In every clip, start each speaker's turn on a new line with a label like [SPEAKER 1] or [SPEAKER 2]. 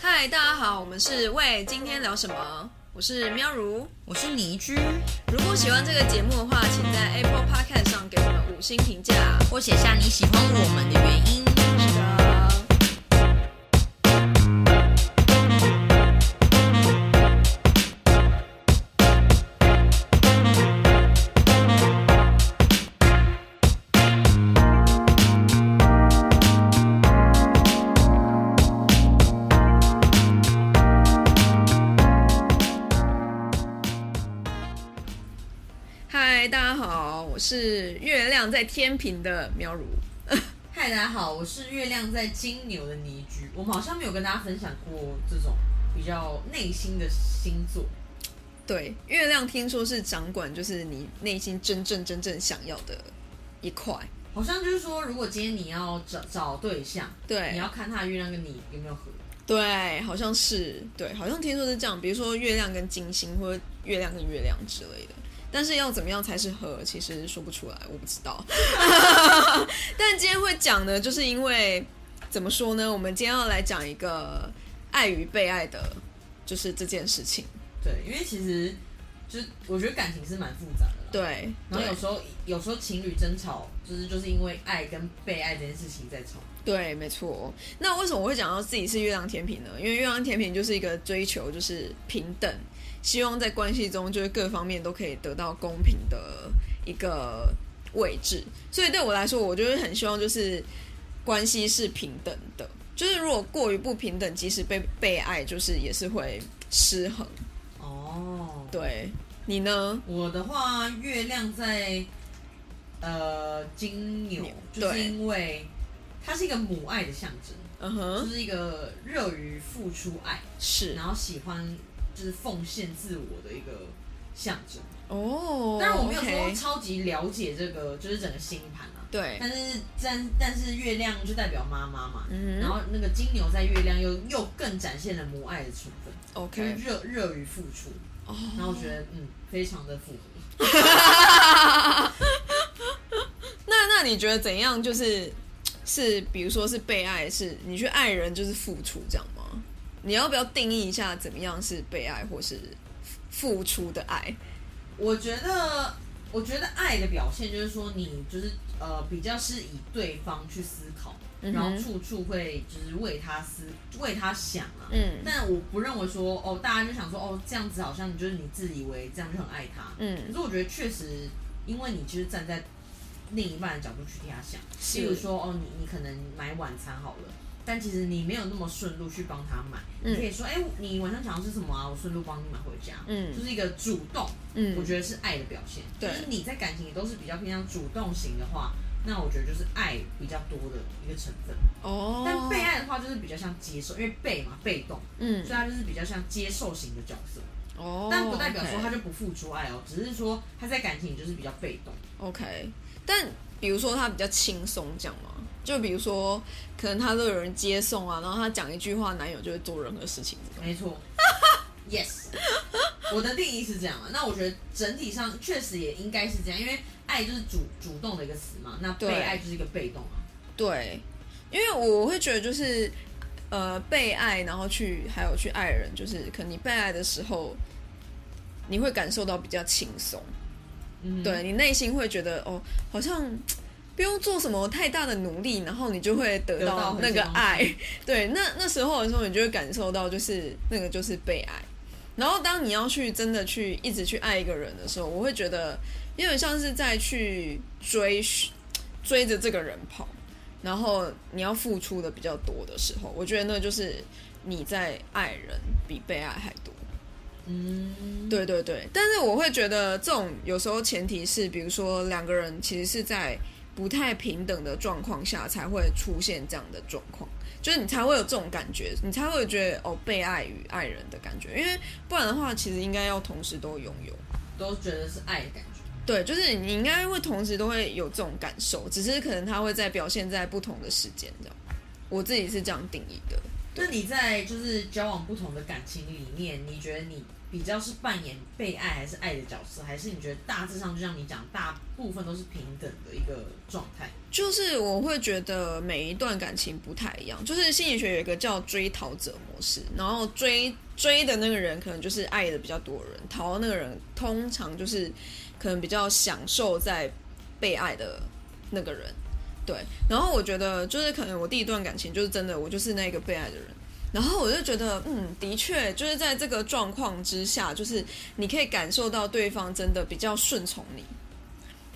[SPEAKER 1] 嗨，大家好，我们是喂，今天聊什么？我是喵如。
[SPEAKER 2] 我是倪居，
[SPEAKER 1] 如果喜欢这个节目的话，请在 Apple Podcast 上给我们五星评价。
[SPEAKER 2] 我写下你喜欢我们的原因。
[SPEAKER 1] 是的。嗨，大家好，我是月亮在天平的喵如。
[SPEAKER 2] 嗨，大家好，我是月亮在金牛的倪居。我们好像没有跟大家分享过这种比较内心的星座。
[SPEAKER 1] 对，月亮听说是掌管就是你内心真正真正想要的一块。
[SPEAKER 2] 好像就是说，如果今天你要找找对象，
[SPEAKER 1] 对
[SPEAKER 2] 你要看他的月亮跟你有没有合。
[SPEAKER 1] 对，好像是对，好像听说是这样。比如说月亮跟金星，或者月亮跟月亮之类的。但是要怎么样才是合，其实说不出来，我不知道。 但今天会讲呢，就是因为怎么说呢？我们今天要来讲一个爱与被爱的，就是这件事情。
[SPEAKER 2] 对，因为其实就是我觉得感情是蛮复杂的啦。
[SPEAKER 1] 对，
[SPEAKER 2] 然后
[SPEAKER 1] 对
[SPEAKER 2] 有时候有时候情侣争吵，就是就是因为爱跟被爱这件事情在吵。
[SPEAKER 1] 对，没错。那为什么我会讲到自己是月亮天平呢？因为月亮天平就是一个追求就是平等，希望在关系中就是各方面都可以得到公平的一个位置。所以对我来说，我就是很希望就是关系是平等的。就是如果过于不平等，即使被被爱，就是也是会失衡。
[SPEAKER 2] 哦，
[SPEAKER 1] 对你呢？
[SPEAKER 2] 我的话，月亮在呃金牛
[SPEAKER 1] 牛，
[SPEAKER 2] 就是
[SPEAKER 1] 对
[SPEAKER 2] 因为它是一个母爱的象征，
[SPEAKER 1] 嗯
[SPEAKER 2] 就
[SPEAKER 1] 哼，
[SPEAKER 2] 是一个热于付出爱，
[SPEAKER 1] 是
[SPEAKER 2] 然后喜欢就是奉献自我的一个象征。
[SPEAKER 1] 哦。
[SPEAKER 2] 当然，我没有说
[SPEAKER 1] OK
[SPEAKER 2] 超级了解这个，就是整个星盘啊。
[SPEAKER 1] 对，
[SPEAKER 2] 但是，但但是月亮就代表妈妈嘛，
[SPEAKER 1] 嗯
[SPEAKER 2] 然后那个金牛在月亮又又更展现了母爱的成分，就是
[SPEAKER 1] ，OK，
[SPEAKER 2] 热热于付出。
[SPEAKER 1] 哦，
[SPEAKER 2] 然后我觉得嗯，非常的符合。
[SPEAKER 1] 那那你觉得怎样？就是是，比如说是被爱，是你去爱人就是付出这样吗？你要不要定义一下怎么样是被爱或是付出的爱？
[SPEAKER 2] 我觉得，我觉得爱的表现就是说，你就是呃，比较是以对方去思考，
[SPEAKER 1] 嗯哼
[SPEAKER 2] 然后处处会就是为他思，为他想啊。
[SPEAKER 1] 嗯
[SPEAKER 2] 但我不认为说哦，大家就想说哦，这样子好像你就是你自以为这样就很爱他。可
[SPEAKER 1] 嗯，
[SPEAKER 2] 是我觉得确实，因为你就是站在另一半的角度去替他想，
[SPEAKER 1] 是
[SPEAKER 2] 例如说哦，你你可能买晚餐好了。但其实你没有那么顺路去帮他买，
[SPEAKER 1] 嗯
[SPEAKER 2] 你可以说，哎、你晚上想要吃什么啊？我顺路帮你买回家，
[SPEAKER 1] 嗯
[SPEAKER 2] 就是一个主动，
[SPEAKER 1] 嗯，
[SPEAKER 2] 我觉得是爱的表现。
[SPEAKER 1] 对
[SPEAKER 2] 就是你在感情里都是比较偏向主动型的话，那我觉得就是爱比较多的一个成
[SPEAKER 1] 得
[SPEAKER 2] 分。
[SPEAKER 1] 哦，
[SPEAKER 2] 但被爱的话，就是比较像接受，因为被嘛被动，
[SPEAKER 1] 嗯
[SPEAKER 2] 所以它就是比较像接受型的角色。
[SPEAKER 1] 哦，
[SPEAKER 2] 但不代表说
[SPEAKER 1] OK
[SPEAKER 2] 他就不付出爱哦，只是说他在感情里就是比较被动。
[SPEAKER 1] OK，但比如说他比较轻松讲嘛，就比如说可能他都有人接送啊，然后他讲一句话，男友就会做任何事情这种。
[SPEAKER 2] 没错 ，yes，我 的定义是这样啊的。那我觉得整体上确实也应该是这样，因为爱就是主主动的一个词嘛，那
[SPEAKER 1] 对
[SPEAKER 2] 被爱就是一个被动啊。
[SPEAKER 1] 对，因为我会觉得就是，呃，被爱，然后去还有去爱人，就是可能你被爱的时候，你会感受到比较轻松，
[SPEAKER 2] 嗯，
[SPEAKER 1] 对你内心会觉得哦，好像嘖不用做什么太大的努力，然后你就会得
[SPEAKER 2] 得到
[SPEAKER 1] 到
[SPEAKER 2] 很
[SPEAKER 1] 那个
[SPEAKER 2] 多东西
[SPEAKER 1] 爱。 对，那那时候的时候，你就会感受到就是那个就是被爱。然后当你要去真的去一直去爱一个人的时候，我会觉得有点像是在去追寻追着这个人跑，然后你要付出的比较多的时候，我觉得那就是你在爱人比被爱还多。
[SPEAKER 2] 嗯，
[SPEAKER 1] 对对对，但是我会觉得这种有时候前提是，比如说两个人其实是在不太平等的状况下才会出现这样的状况，就是你才会有这种感觉，你才会觉得哦被爱与爱人的感觉，因为不然的话，其实应该要同时都拥有。
[SPEAKER 2] 都觉得是爱的感觉。
[SPEAKER 1] 对，就是你应该会同时都会有这种感受，只是可能它会在表现在不同的时间这样。我自己是这样定义的。对
[SPEAKER 2] 那你在就是交往不同的感情里面，你觉得你比较是扮演被爱还是爱的角色，还是你觉得大致上就像你讲，大部分都是平等的一个状态？
[SPEAKER 1] 就是我会觉得每一段感情不太一样，就是心理学有一个叫追逃者模式，然后追追的那个人可能就是爱的比较多人，逃的那个人通常就是可能比较享受在被爱的那个人。对，然后我觉得就是可能我第一段感情就是真的，我就是那个被爱的人。然后我就觉得，嗯，的确，就是在这个状况之下，就是你可以感受到对方真的比较顺从你，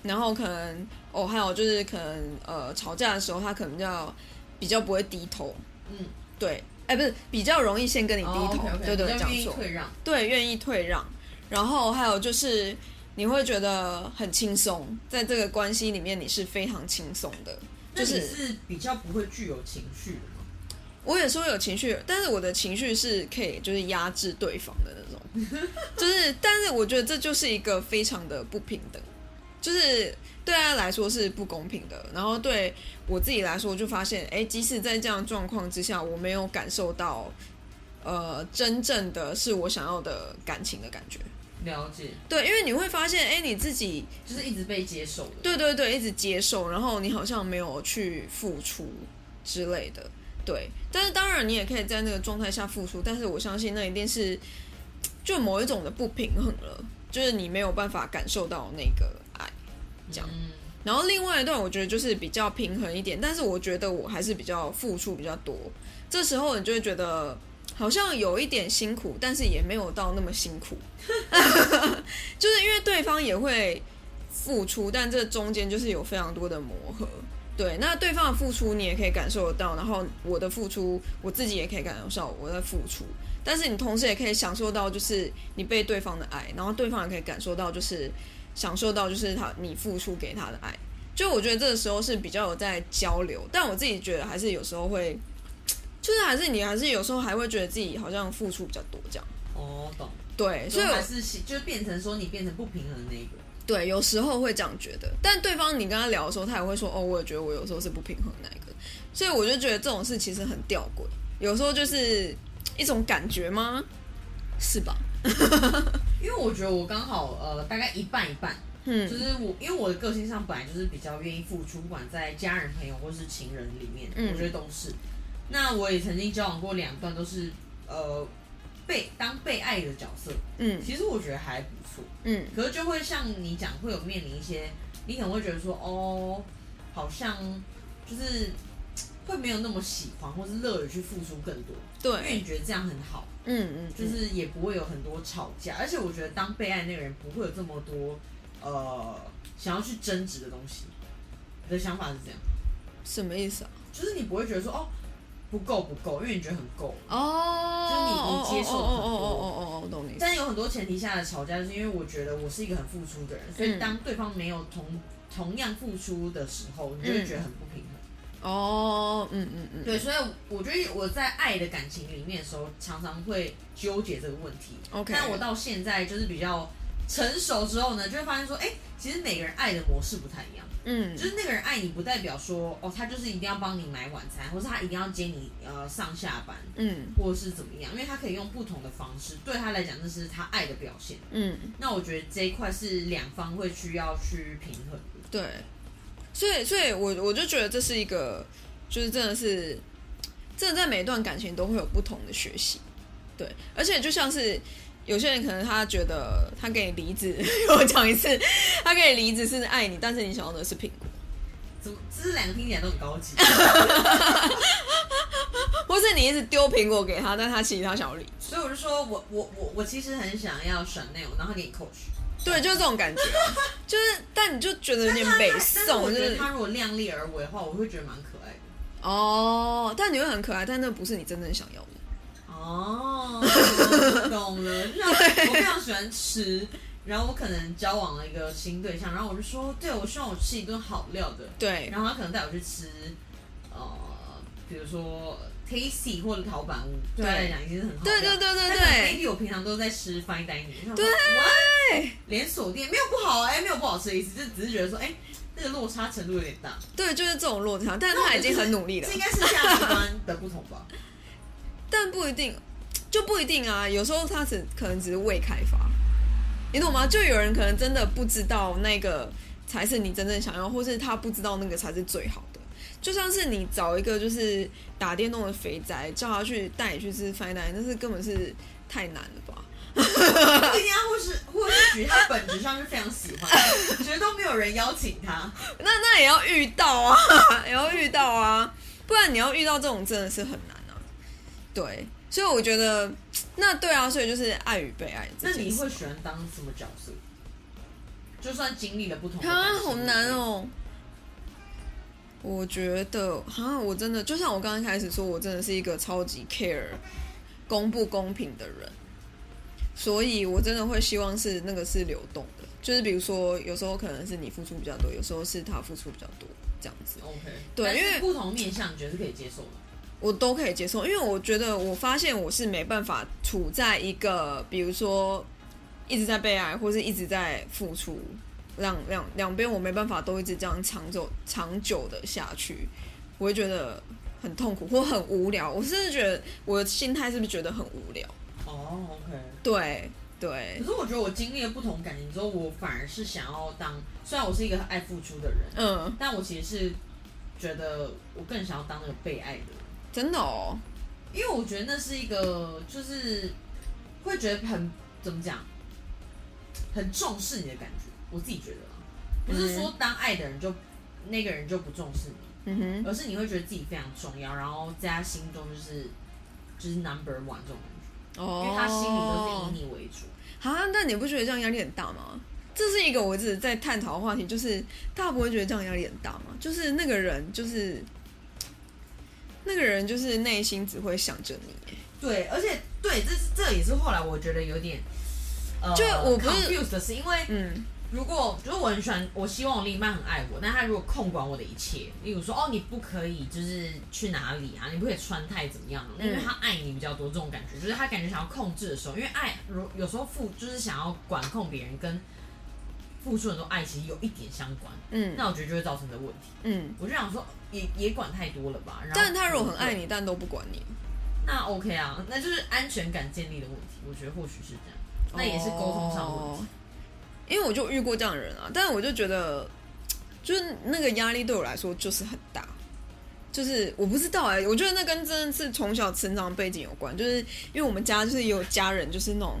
[SPEAKER 1] 然后可能哦，还有就是可能呃吵架的时候，他可能比较比较不会低头，
[SPEAKER 2] 嗯，
[SPEAKER 1] 对，哎，不是比较容易先跟你低
[SPEAKER 2] 哦
[SPEAKER 1] 头，
[SPEAKER 2] ，OK，OK，
[SPEAKER 1] 对对，
[SPEAKER 2] 比较
[SPEAKER 1] 讲
[SPEAKER 2] 愿意
[SPEAKER 1] 错，
[SPEAKER 2] 退让，
[SPEAKER 1] 对，愿意退让，然后还有就是你会觉得很轻松，在这个关系里面你是非常轻松的，就
[SPEAKER 2] 那
[SPEAKER 1] 是
[SPEAKER 2] 你是比较不会具有情绪的吗？
[SPEAKER 1] 我也是会有情绪，但是我的情绪是可以就是压制对方的那种，就是但是我觉得这就是一个非常的不平等，就是对他来说是不公平的，然后对我自己来说，我就发现，哎，即使在这样的状况之下，我没有感受到，呃，真正的是我想要的感情的感觉，
[SPEAKER 2] 了解，
[SPEAKER 1] 对，因为你会发现，哎，你自己
[SPEAKER 2] 就是一直被接受的。
[SPEAKER 1] 对对对，一直接受，然后你好像没有去付出之类的，对。但是当然，你也可以在那个状态下付出，但是我相信那一定是就某一种的不平衡了，就是你没有办法感受到那个爱。这样
[SPEAKER 2] 嗯，
[SPEAKER 1] 然后另外一段我觉得就是比较平衡一点，但是我觉得我还是比较付出比较多，这时候你就会觉得好像有一点辛苦，但是也没有到那么辛苦， 就是因为对方也会付出，但这中间就是有非常多的磨合。对，那对方的付出你也可以感受得到，然后我的付出我自己也可以感受到我在付出，但是你同时也可以享受到就是你被对方的爱，然后对方也可以感受到就是享受到就是他你付出给他的爱。就我觉得这个时候是比较有在交流，但我自己觉得还是有时候会，就是还是你还是有时候还会觉得自己好像付出比较多这样。
[SPEAKER 2] 哦，懂。
[SPEAKER 1] 对，所以我
[SPEAKER 2] 还是喜就是变成说你变成不平衡的那一个。
[SPEAKER 1] 对有时候会这样觉得，但对方你跟他聊的时候，他也会说哦，我也觉得我有时候是不平衡那一个，所以我就觉得这种事其实很吊诡，有时候就是一种感觉吗？是吧？
[SPEAKER 2] 因为我觉得我刚好呃大概一半一半，
[SPEAKER 1] 嗯
[SPEAKER 2] 就是我因为我的个性上本来就是比较愿意付出，不管在家人、朋友或是情人里面，
[SPEAKER 1] 嗯
[SPEAKER 2] 我觉得都是。那我也曾经交往过两段都是呃被当被爱的角色，
[SPEAKER 1] 嗯
[SPEAKER 2] 其实我觉得还不错，
[SPEAKER 1] 嗯
[SPEAKER 2] 可是就会像你讲，会有面临一些你可能会觉得说哦，好像就是会没有那么喜欢，或是乐于去付出更多，因为
[SPEAKER 1] 对，
[SPEAKER 2] 你觉得这样很好。
[SPEAKER 1] 嗯嗯，
[SPEAKER 2] 就是也不会有很多吵架，而且我觉得当被爱那个人不会有这么多呃想要去争执的东西。我的想法是这样，
[SPEAKER 1] 什么意思啊？
[SPEAKER 2] 就是你不会觉得说哦不够不够，因为你觉得很够。
[SPEAKER 1] 哦，
[SPEAKER 2] 就是你你接受
[SPEAKER 1] 哦
[SPEAKER 2] 很
[SPEAKER 1] 哦
[SPEAKER 2] 多
[SPEAKER 1] 哦哦哦哦，我懂你意思。
[SPEAKER 2] 但有很多前提下的吵架，就是因为我觉得我是一个很付出的人，所以
[SPEAKER 1] 嗯
[SPEAKER 2] 当对方没有同同样付出的时候，你就会觉得很不平衡。
[SPEAKER 1] 哦，嗯嗯嗯，
[SPEAKER 2] 对，所以我觉得我在爱的感情里面的时候，常常会纠结这个问题。
[SPEAKER 1] ，OK，
[SPEAKER 2] 但我到现在就是比较成熟之后呢，就会发现说，哎、其实每个人爱的模式不太一样。
[SPEAKER 1] 嗯
[SPEAKER 2] 就是那个人爱你，不代表说哦，他就是一定要帮你买晚餐，或是他一定要接你呃上下班，
[SPEAKER 1] 嗯
[SPEAKER 2] 或是怎么样，因为他可以用不同的方式，对他来讲那是他爱的表现。
[SPEAKER 1] 嗯，
[SPEAKER 2] 那我觉得这一块是两方会需要去平衡的。
[SPEAKER 1] 对，所以所以我我就觉得这是一个，就是真的是，真的在每一段感情都会有不同的学习，对，而且就像是。有些人可能他觉得他给你梨子，我讲一次，他给你梨子是爱你，但是你想要的是苹果，
[SPEAKER 2] 怎么，这两个听起来都很高 级，
[SPEAKER 1] 或是你一直丢苹果给他，但他其实他想要梨子，
[SPEAKER 2] 所以我就说我我我我其实很想要 Chanel，然后给你 Coach。
[SPEAKER 1] 对，就是这种 感觉啊，就是但你就觉得有点
[SPEAKER 2] 但
[SPEAKER 1] 北
[SPEAKER 2] 是他但是
[SPEAKER 1] 宋，
[SPEAKER 2] 我
[SPEAKER 1] 就
[SPEAKER 2] 觉
[SPEAKER 1] 是
[SPEAKER 2] 得他如果量力而为的话，我会觉得蛮可爱的。
[SPEAKER 1] 哦，但你会很可爱，但那不是你真正想要的。
[SPEAKER 2] 哦，懂了。就像我非常喜欢吃，然后我可能交往了一个新对象，然后我就说，对我希望我吃一顿好料的，
[SPEAKER 1] 对，
[SPEAKER 2] 然后他可能带我去吃，呃，比如说 Tasty 或者陶板屋，对他来讲已经是很好料。
[SPEAKER 1] 对对对对
[SPEAKER 2] 但
[SPEAKER 1] 对
[SPEAKER 2] 可能 maybe 我平常都在吃 fine dining，对，连锁店没有不好哎、没有不好吃的意思，就只是觉得说，哎、那个落差程度有点大，
[SPEAKER 1] 对，就是这种落差，但他已经很努力了
[SPEAKER 2] 这。应该是价值观的不同吧？
[SPEAKER 1] 但不一定，就不一定啊。有时候他只可能只是未开发，你懂吗？就有人可能真的不知道那个才是你真正想要，或是他不知道那个才是最好的。就像是你找一个就是打电动的肥宅，叫他去带你去吃 fine dining，那是根本是太难了吧？
[SPEAKER 2] 不一定啊，或是或许他本质上是非常喜欢，觉得都没有人邀请他。
[SPEAKER 1] 那那也要遇到啊， 也要遇到啊，不然你要遇到这种真的是很难啊。对，所以我觉得那对啊，所以就是爱与被爱
[SPEAKER 2] 那
[SPEAKER 1] 这件
[SPEAKER 2] 你
[SPEAKER 1] 事
[SPEAKER 2] 会喜欢当什么角色？就算经历了不同的感
[SPEAKER 1] 啊，
[SPEAKER 2] 情
[SPEAKER 1] 好难。哦。我觉得啊，我真的就像我刚刚开始说，我真的是一个超级 care 公不公平的人，所以我真的会希望是那个是流动的，就是比如说有时候可能是你付出比较多，有时候是他付出比较多这样子。
[SPEAKER 2] OK，
[SPEAKER 1] 对
[SPEAKER 2] 但是
[SPEAKER 1] 因为
[SPEAKER 2] 不同面向，你觉得是可以接受的。
[SPEAKER 1] 我都可以接受，因为我觉得我发现我是没办法处在一个，比如说一直在被爱，或是一直在付出，两两两边我没办法都一直这样长久长久的下去，我会觉得很痛苦或很无聊。我甚至觉得我的心态是不是觉得很无聊？
[SPEAKER 2] 哦，OK、o k
[SPEAKER 1] 对对
[SPEAKER 2] 可，是我觉得我经历了不同感情之后，我反而是想要当，虽然我是一个爱付出的人，
[SPEAKER 1] 嗯，
[SPEAKER 2] 但我其实是觉得我更想要当那个被爱的人，
[SPEAKER 1] 真的哦，
[SPEAKER 2] 因为我觉得那是一个就是会觉得很怎么讲，很重视你的感觉，我自己觉得啊，
[SPEAKER 1] 嗯
[SPEAKER 2] 不是说当爱的人就那个人就不重视你，
[SPEAKER 1] 嗯哼，
[SPEAKER 2] 而是你会觉得自己非常重要，然后在他心中就是就是 number one 这种感觉，
[SPEAKER 1] 哦，
[SPEAKER 2] 因为他心里都是以你为主。
[SPEAKER 1] 啊，但你不觉得这样压力很大吗？这是一个我一直在探讨的话题，就是大家不会觉得这样压力很大吗？就是那个人，就是那个人，就是内心只会想着你耶。
[SPEAKER 2] 对，而且对，这是这也是后来我觉得有点，呃，
[SPEAKER 1] 就我不是
[SPEAKER 2] confused 的是，因为
[SPEAKER 1] 嗯，
[SPEAKER 2] 如果就是我很喜欢，我希望我另一半很爱我，但他如果控管我的一切，例如说哦，你不可以就是去哪里啊，你不可以穿太怎么样，
[SPEAKER 1] 嗯
[SPEAKER 2] 因为他爱你比较多，这种感觉就是他感觉想要控制的时候，因为爱如有时候付就是想要管控别人跟付出很多爱其实有一点相关，
[SPEAKER 1] 嗯
[SPEAKER 2] 那我觉得就会造成的问题。
[SPEAKER 1] 嗯，
[SPEAKER 2] 我就想说，也也管太多了吧？然后嗯
[SPEAKER 1] 但是他如果很爱你，但都不管你，
[SPEAKER 2] 那 OK 啊，那就是安全感建立的问题，我觉得或许是这样，那也是沟通上的问题。
[SPEAKER 1] 哦因为我就遇过这样的人啊，但我就觉得，就是那个压力对我来说就是很大，就是我不知道哎、我觉得那跟真的是从小成长背景有关，就是因为我们家就是也有家人就是那种。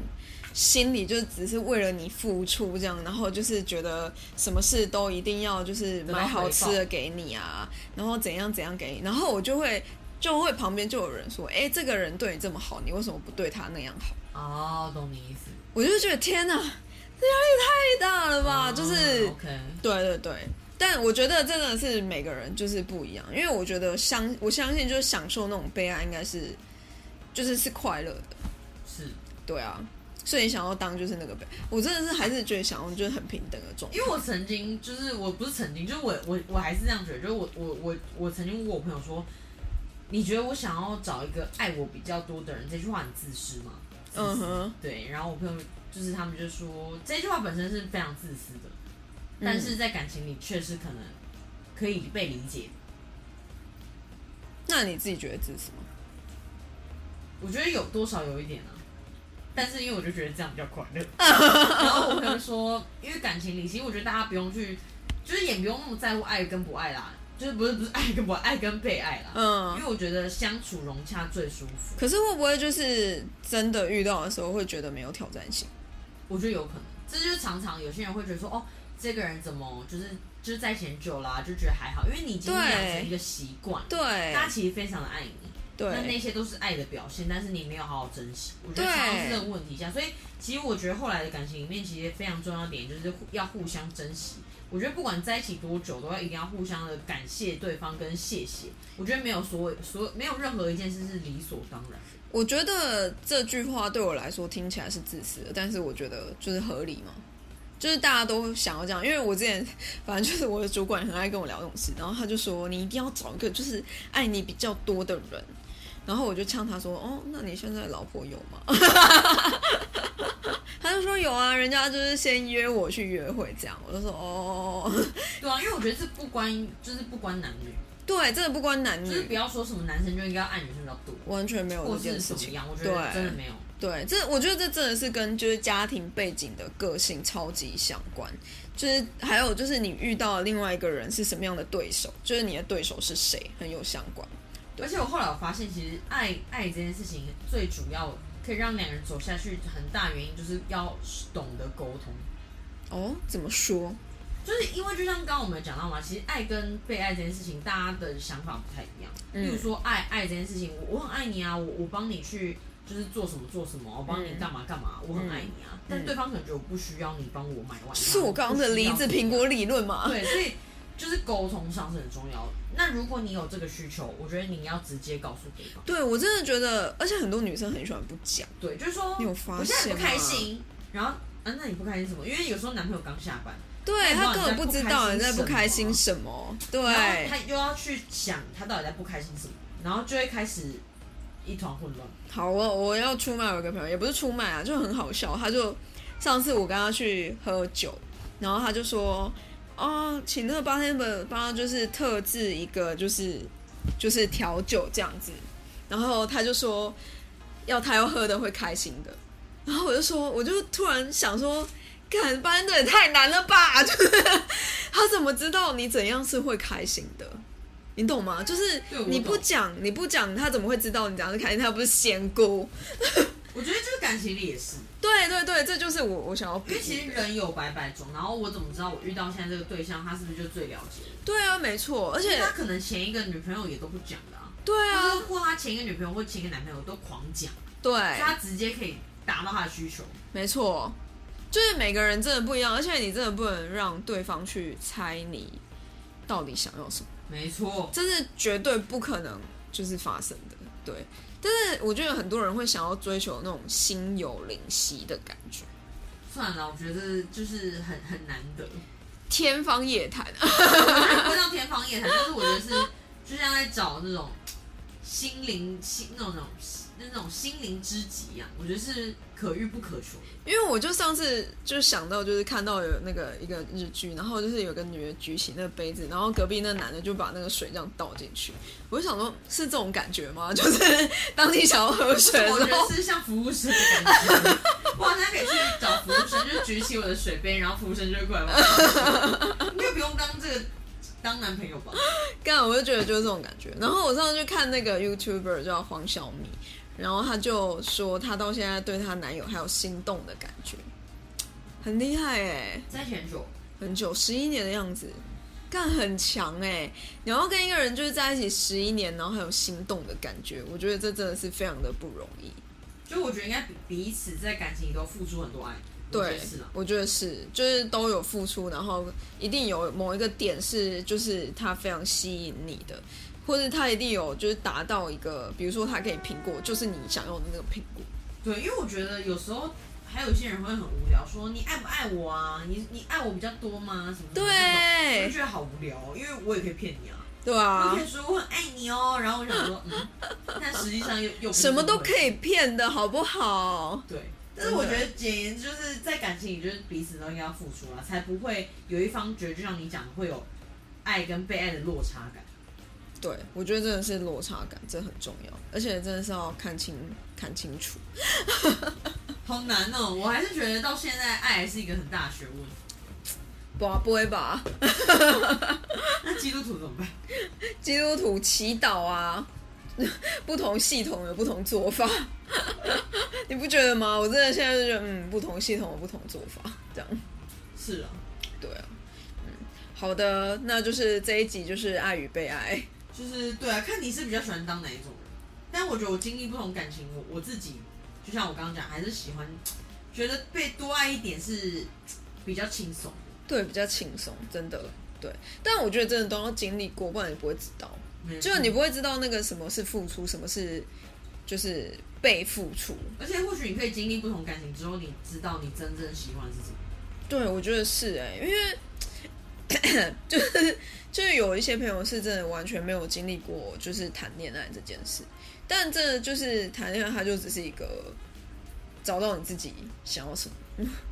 [SPEAKER 1] 心里就只是为了你付出这样，然后就是觉得什么事都一定要就是买好吃的给你啊，然后怎样怎样给你，然后我就会就会旁边就有人说，哎、这个人对你这么好，你为什么不对他那样好？
[SPEAKER 2] 哦，懂你意思。
[SPEAKER 1] 我就觉得天哪，这压力太大了吧！
[SPEAKER 2] 哦
[SPEAKER 1] 啊就是，
[SPEAKER 2] OK，
[SPEAKER 1] 对对对，但我觉得真的是每个人就是不一样，因为我觉得相我相信就是享受那种悲哀应该是就是是快乐的，
[SPEAKER 2] 是
[SPEAKER 1] 对啊，所以想要当就是那个悲，我真的是还是觉得想要就是很平等的状态
[SPEAKER 2] 因为我曾经就是我不是曾经，就是我我我还是这样觉得，就是我我我我曾经问我朋友说，你觉得我想要找一个爱我比较多的人，这句话很自私吗？自
[SPEAKER 1] 嗯
[SPEAKER 2] 私
[SPEAKER 1] 哼，
[SPEAKER 2] 对，然后我朋友就是他们就说这句话本身是非常自私的，
[SPEAKER 1] 嗯
[SPEAKER 2] 但是在感情里确实可能可以被理解。
[SPEAKER 1] 那你自己觉得自私吗？
[SPEAKER 2] 我觉得有多少有一点啊，但是因为我就觉得这样比较快 乐。然后我朋友说，因为感情里，其实我觉得大家不用去，就是也不用那么在乎爱跟不爱啦，就是不是不是爱跟不爱，爱跟被爱啦。因
[SPEAKER 1] 嗯
[SPEAKER 2] 为，我觉得相处融洽最舒服，
[SPEAKER 1] 可是会不会就是真的遇到的时候会觉得没有挑战性？
[SPEAKER 2] 我觉得有可能。这就是常常有些人会觉得说，哦，这个人怎么就是就是在一起很久啦、就觉得还好，因为你已经
[SPEAKER 1] 对
[SPEAKER 2] 养成一个习惯，
[SPEAKER 1] 对
[SPEAKER 2] 大家其实非常的爱你。那那
[SPEAKER 1] 对，
[SPEAKER 2] 些都是爱的表现，但是你没有好好珍惜，我觉得
[SPEAKER 1] 对
[SPEAKER 2] 常常是这个问题下，所以其实我觉得后来的感情里面，其实非常重要的点就是互要互相珍惜。我觉得不管在一起多久，都要一定要互相的感谢对方跟谢谢。我觉得没有所谓所没有任何一件事是理所当然的。
[SPEAKER 1] 我觉得这句话对我来说听起来是自私的，但是我觉得就是合理嘛，就是大家都想要这样。因为我之前反正就是我的主管很爱跟我聊这种事，然后他就说你一定要找一个就是爱你比较多的人，然后我就呛他说哦，那你现在老婆有 吗？他就说有啊，人家就是先约我去约会这样，我就说哦，
[SPEAKER 2] 对啊，因为我觉得这不关就是不关男女，
[SPEAKER 1] 对，真的不关男
[SPEAKER 2] 就是不
[SPEAKER 1] 女，
[SPEAKER 2] 要说什么男生就应该要爱女生比较多，
[SPEAKER 1] 完全没有
[SPEAKER 2] 或
[SPEAKER 1] 这
[SPEAKER 2] 是
[SPEAKER 1] 件事
[SPEAKER 2] 怎么
[SPEAKER 1] 情
[SPEAKER 2] 样，我。觉
[SPEAKER 1] 对，
[SPEAKER 2] 得真的没有。
[SPEAKER 1] 对，这我觉得这真的是跟就是家庭背景的个性超级相关，就是还有就是你遇到的另外一个人是什么样的对手，就是你的对手是谁，很有相关。
[SPEAKER 2] 而且我后来我发现，其实爱爱这件事情最主要可以让两个人走下去，很大原因就是要懂得沟通。
[SPEAKER 1] 哦，怎么说？
[SPEAKER 2] 就是因为就像刚刚我们有讲到嘛，其实爱跟被爱这件事情，大家的想法不太一样。
[SPEAKER 1] 嗯
[SPEAKER 2] 例如说爱爱这件事情，我我很爱你啊，我我帮你去就是做什么做什么，我帮你干嘛干嘛，我很爱你啊。但对方可能觉得我不需要你帮我买完，
[SPEAKER 1] 嗯就是我刚刚的梨子苹果理论嘛。
[SPEAKER 2] 对，所以就是沟通上是很重要的。那如果你有这个需求，我觉得你要直接告诉对方。
[SPEAKER 1] 对，我真的觉得，而且很多女生很喜欢不讲。
[SPEAKER 2] 对，就是说，
[SPEAKER 1] 你有发
[SPEAKER 2] 我现在
[SPEAKER 1] 现
[SPEAKER 2] 不开
[SPEAKER 1] 吗
[SPEAKER 2] 心，然后啊，那你不开心什么？因为有时候男朋友刚下班，
[SPEAKER 1] 对
[SPEAKER 2] 那
[SPEAKER 1] 他
[SPEAKER 2] 你
[SPEAKER 1] 根本不知道你
[SPEAKER 2] 在
[SPEAKER 1] 在不
[SPEAKER 2] 不开
[SPEAKER 1] 开
[SPEAKER 2] 心
[SPEAKER 1] 心什么，
[SPEAKER 2] 然后
[SPEAKER 1] 对，
[SPEAKER 2] 他又要去想他到底在不开心什么，然后就会开始一团混乱。
[SPEAKER 1] 好，我我要出卖我一个朋友，也不是出卖啊，就很好笑。他就上次我跟他去喝酒，然后他就说，哦，请那个 bartender 帮他就是特制一个就是就是调酒这样子，然后他就说要他要喝的会开心的，然后我就说，我就突然想说。干班的也太难了吧！ 就是他怎么知道你怎样是会开心的？你懂吗？就是
[SPEAKER 2] 对我
[SPEAKER 1] 你不
[SPEAKER 2] 懂
[SPEAKER 1] 讲，你不讲，他怎么会知道你怎样是开心？他又不是仙姑。
[SPEAKER 2] 我觉得就是感情里也是，
[SPEAKER 1] 对对对，这就是我我想要
[SPEAKER 2] 因
[SPEAKER 1] 比
[SPEAKER 2] 为其实人有百百种，然后我怎么知道我遇到现在这个对象他是不是就最了解的？
[SPEAKER 1] 对啊，没错，而且
[SPEAKER 2] 他可能前一个女朋友也都不讲的啊，
[SPEAKER 1] 对
[SPEAKER 2] 或
[SPEAKER 1] 啊
[SPEAKER 2] 是，或他前一个女朋友或前一个男朋友都狂讲，所以
[SPEAKER 1] 对，
[SPEAKER 2] 他直接可以达到他的需求。
[SPEAKER 1] 没错，就是每个人真的不一样，而且你真的不能让对方去猜你到底想要什么，
[SPEAKER 2] 没错，
[SPEAKER 1] 这是绝对不可能就是发生的。对，但是我觉得很多人会想要追求那种心有灵犀的感觉，
[SPEAKER 2] 算了，我觉得就是很很难得。
[SPEAKER 1] 天方夜谭。啊
[SPEAKER 2] 不会到天方夜谭， 但是我觉得是就像在找那种心灵心那种那种那种心灵知己一样，我觉得是可遇不可求的。
[SPEAKER 1] 因为我就上次就想到，就是看到有那个一个日剧，然后就是有个女的举起那个杯子，然后隔壁那男的就把那个水这样倒进去，我就想说，是这种感觉吗？ 就是当你想要喝水
[SPEAKER 2] 我
[SPEAKER 1] 的
[SPEAKER 2] 觉
[SPEAKER 1] 时候
[SPEAKER 2] 得，是像服务生的感觉， 我好像可以去找服务生，就举起我的水杯，然后服务生就会过来帮我倒水。 你也不用当这个当男朋友吧？
[SPEAKER 1] 干，我就觉得就是这种感觉。然后我上次就看那个 YouTuber 叫黄小米，然后她就说她到现在对她男友还有心动的感觉，很厉害哎、
[SPEAKER 2] 在选手，
[SPEAKER 1] 很久，十一年的样子，干很强哎、你要跟一个人就是在一起十一年，然后还有心动的感觉，我觉得这真的是非常的不容易。
[SPEAKER 2] 就我觉得应该彼彼此在感情里都付出很多爱，我觉
[SPEAKER 1] 对
[SPEAKER 2] 得是啊啦，。
[SPEAKER 1] 我觉得是，就是都有付出，然后一定有某一个点是，就是他非常吸引你的，或者他一定有就是达到一个，比如说他给你苹果，就是你想要的那个苹果。
[SPEAKER 2] 对，因为我觉得有时候还有一些人会很无聊，说你爱不爱我啊？你你爱我比较多吗？什么什么这种我
[SPEAKER 1] 对
[SPEAKER 2] 就，觉得好无聊哦，因为我也可以骗你啊，
[SPEAKER 1] 对
[SPEAKER 2] 我
[SPEAKER 1] 啊
[SPEAKER 2] 也可，以说我很爱你哦，然后我想说，嗯，但实际上又又不是
[SPEAKER 1] 什么都
[SPEAKER 2] 这
[SPEAKER 1] 可
[SPEAKER 2] 回事
[SPEAKER 1] 以骗的好不好？
[SPEAKER 2] 对。但是
[SPEAKER 1] 真的
[SPEAKER 2] 我觉得简言之就是在感情里，就是彼此都应该要付出啊，才不会有一方觉得就像你讲的会有爱跟被爱的落差感。
[SPEAKER 1] 对，我觉得真的是落差感，这很重要，而且真的是要看清看清楚。
[SPEAKER 2] 好难哦，我还是觉得到现在爱还是一个很大的学问。
[SPEAKER 1] 不不会吧？
[SPEAKER 2] 那基督徒怎么办？
[SPEAKER 1] 基督徒祈祷啊， 不同系统有不同做法， 你不觉得吗？我真的现在就觉得，嗯，不同系统有不同做法，这样
[SPEAKER 2] 是啊，
[SPEAKER 1] 对啊，嗯，好的，那就是这一集就是爱与被爱，
[SPEAKER 2] 就是对啊，看你是比较喜欢当哪一种人。但我觉得我经历不同感情，我我自己就像我刚刚讲，还是喜欢觉得被多爱一点是比较轻松的。
[SPEAKER 1] 对，比较轻松，真的对。但我觉得真的都要经历过，不然你不会知道。就你不会知道那个什么是付出，什么是就是被付出。
[SPEAKER 2] 而且或许你可以经历不同感情之后，你知道你真正喜欢是什么。
[SPEAKER 1] 对，我觉得是哎、因为就是就是有一些朋友是真的完全没有经历过，就是谈恋爱这件事。但这就是谈恋爱，它就只是一个找到你自己想要什么。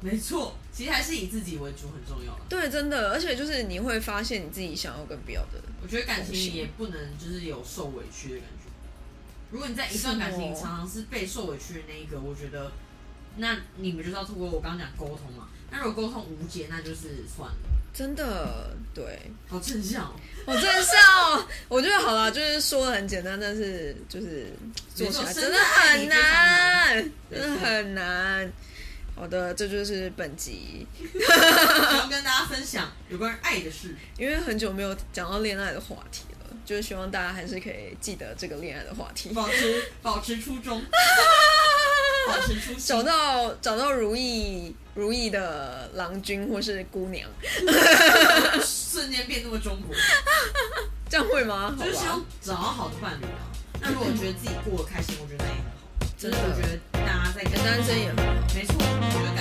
[SPEAKER 2] 没错，其实还是以自己为主很重要啦。
[SPEAKER 1] 对，真的，而且就是你会发现你自己想要跟不要的。
[SPEAKER 2] 我觉得感情也不能就是有受委屈的感觉。如果你在一段感情
[SPEAKER 1] 是哦
[SPEAKER 2] 常常是被受委屈的那一个，我觉得那你们就是要通过我刚刚讲沟通嘛。那如果沟通无解，那就是算了。
[SPEAKER 1] 真的，对，
[SPEAKER 2] 好正向、 哦，
[SPEAKER 1] 我真的是哦，我觉得好啦，就是说的很简单，但是就是做起来
[SPEAKER 2] 没错
[SPEAKER 1] 真的
[SPEAKER 2] 真
[SPEAKER 1] 很
[SPEAKER 2] 的爱
[SPEAKER 1] 难，真的很难。好的，这就是本集，
[SPEAKER 2] 想要跟大家分享有关于爱的事。
[SPEAKER 1] 因为很久没有讲到恋爱的话题了，就是希望大家还是可以记得这个恋爱的话题，
[SPEAKER 2] 保持 保持初衷，保持初心
[SPEAKER 1] 找。到找到如意如意的郎君或是姑娘，
[SPEAKER 2] 瞬间变那么中国，
[SPEAKER 1] 这样会吗？ 好
[SPEAKER 2] 就是希
[SPEAKER 1] 吧
[SPEAKER 2] 望，找到好的伴侣 啊。那如果觉得自己过得开心，我觉得那也很好。
[SPEAKER 1] 真
[SPEAKER 2] 真
[SPEAKER 1] 的
[SPEAKER 2] 的，我觉得大家在跟
[SPEAKER 1] 单身也很好。
[SPEAKER 2] 没错，我觉得感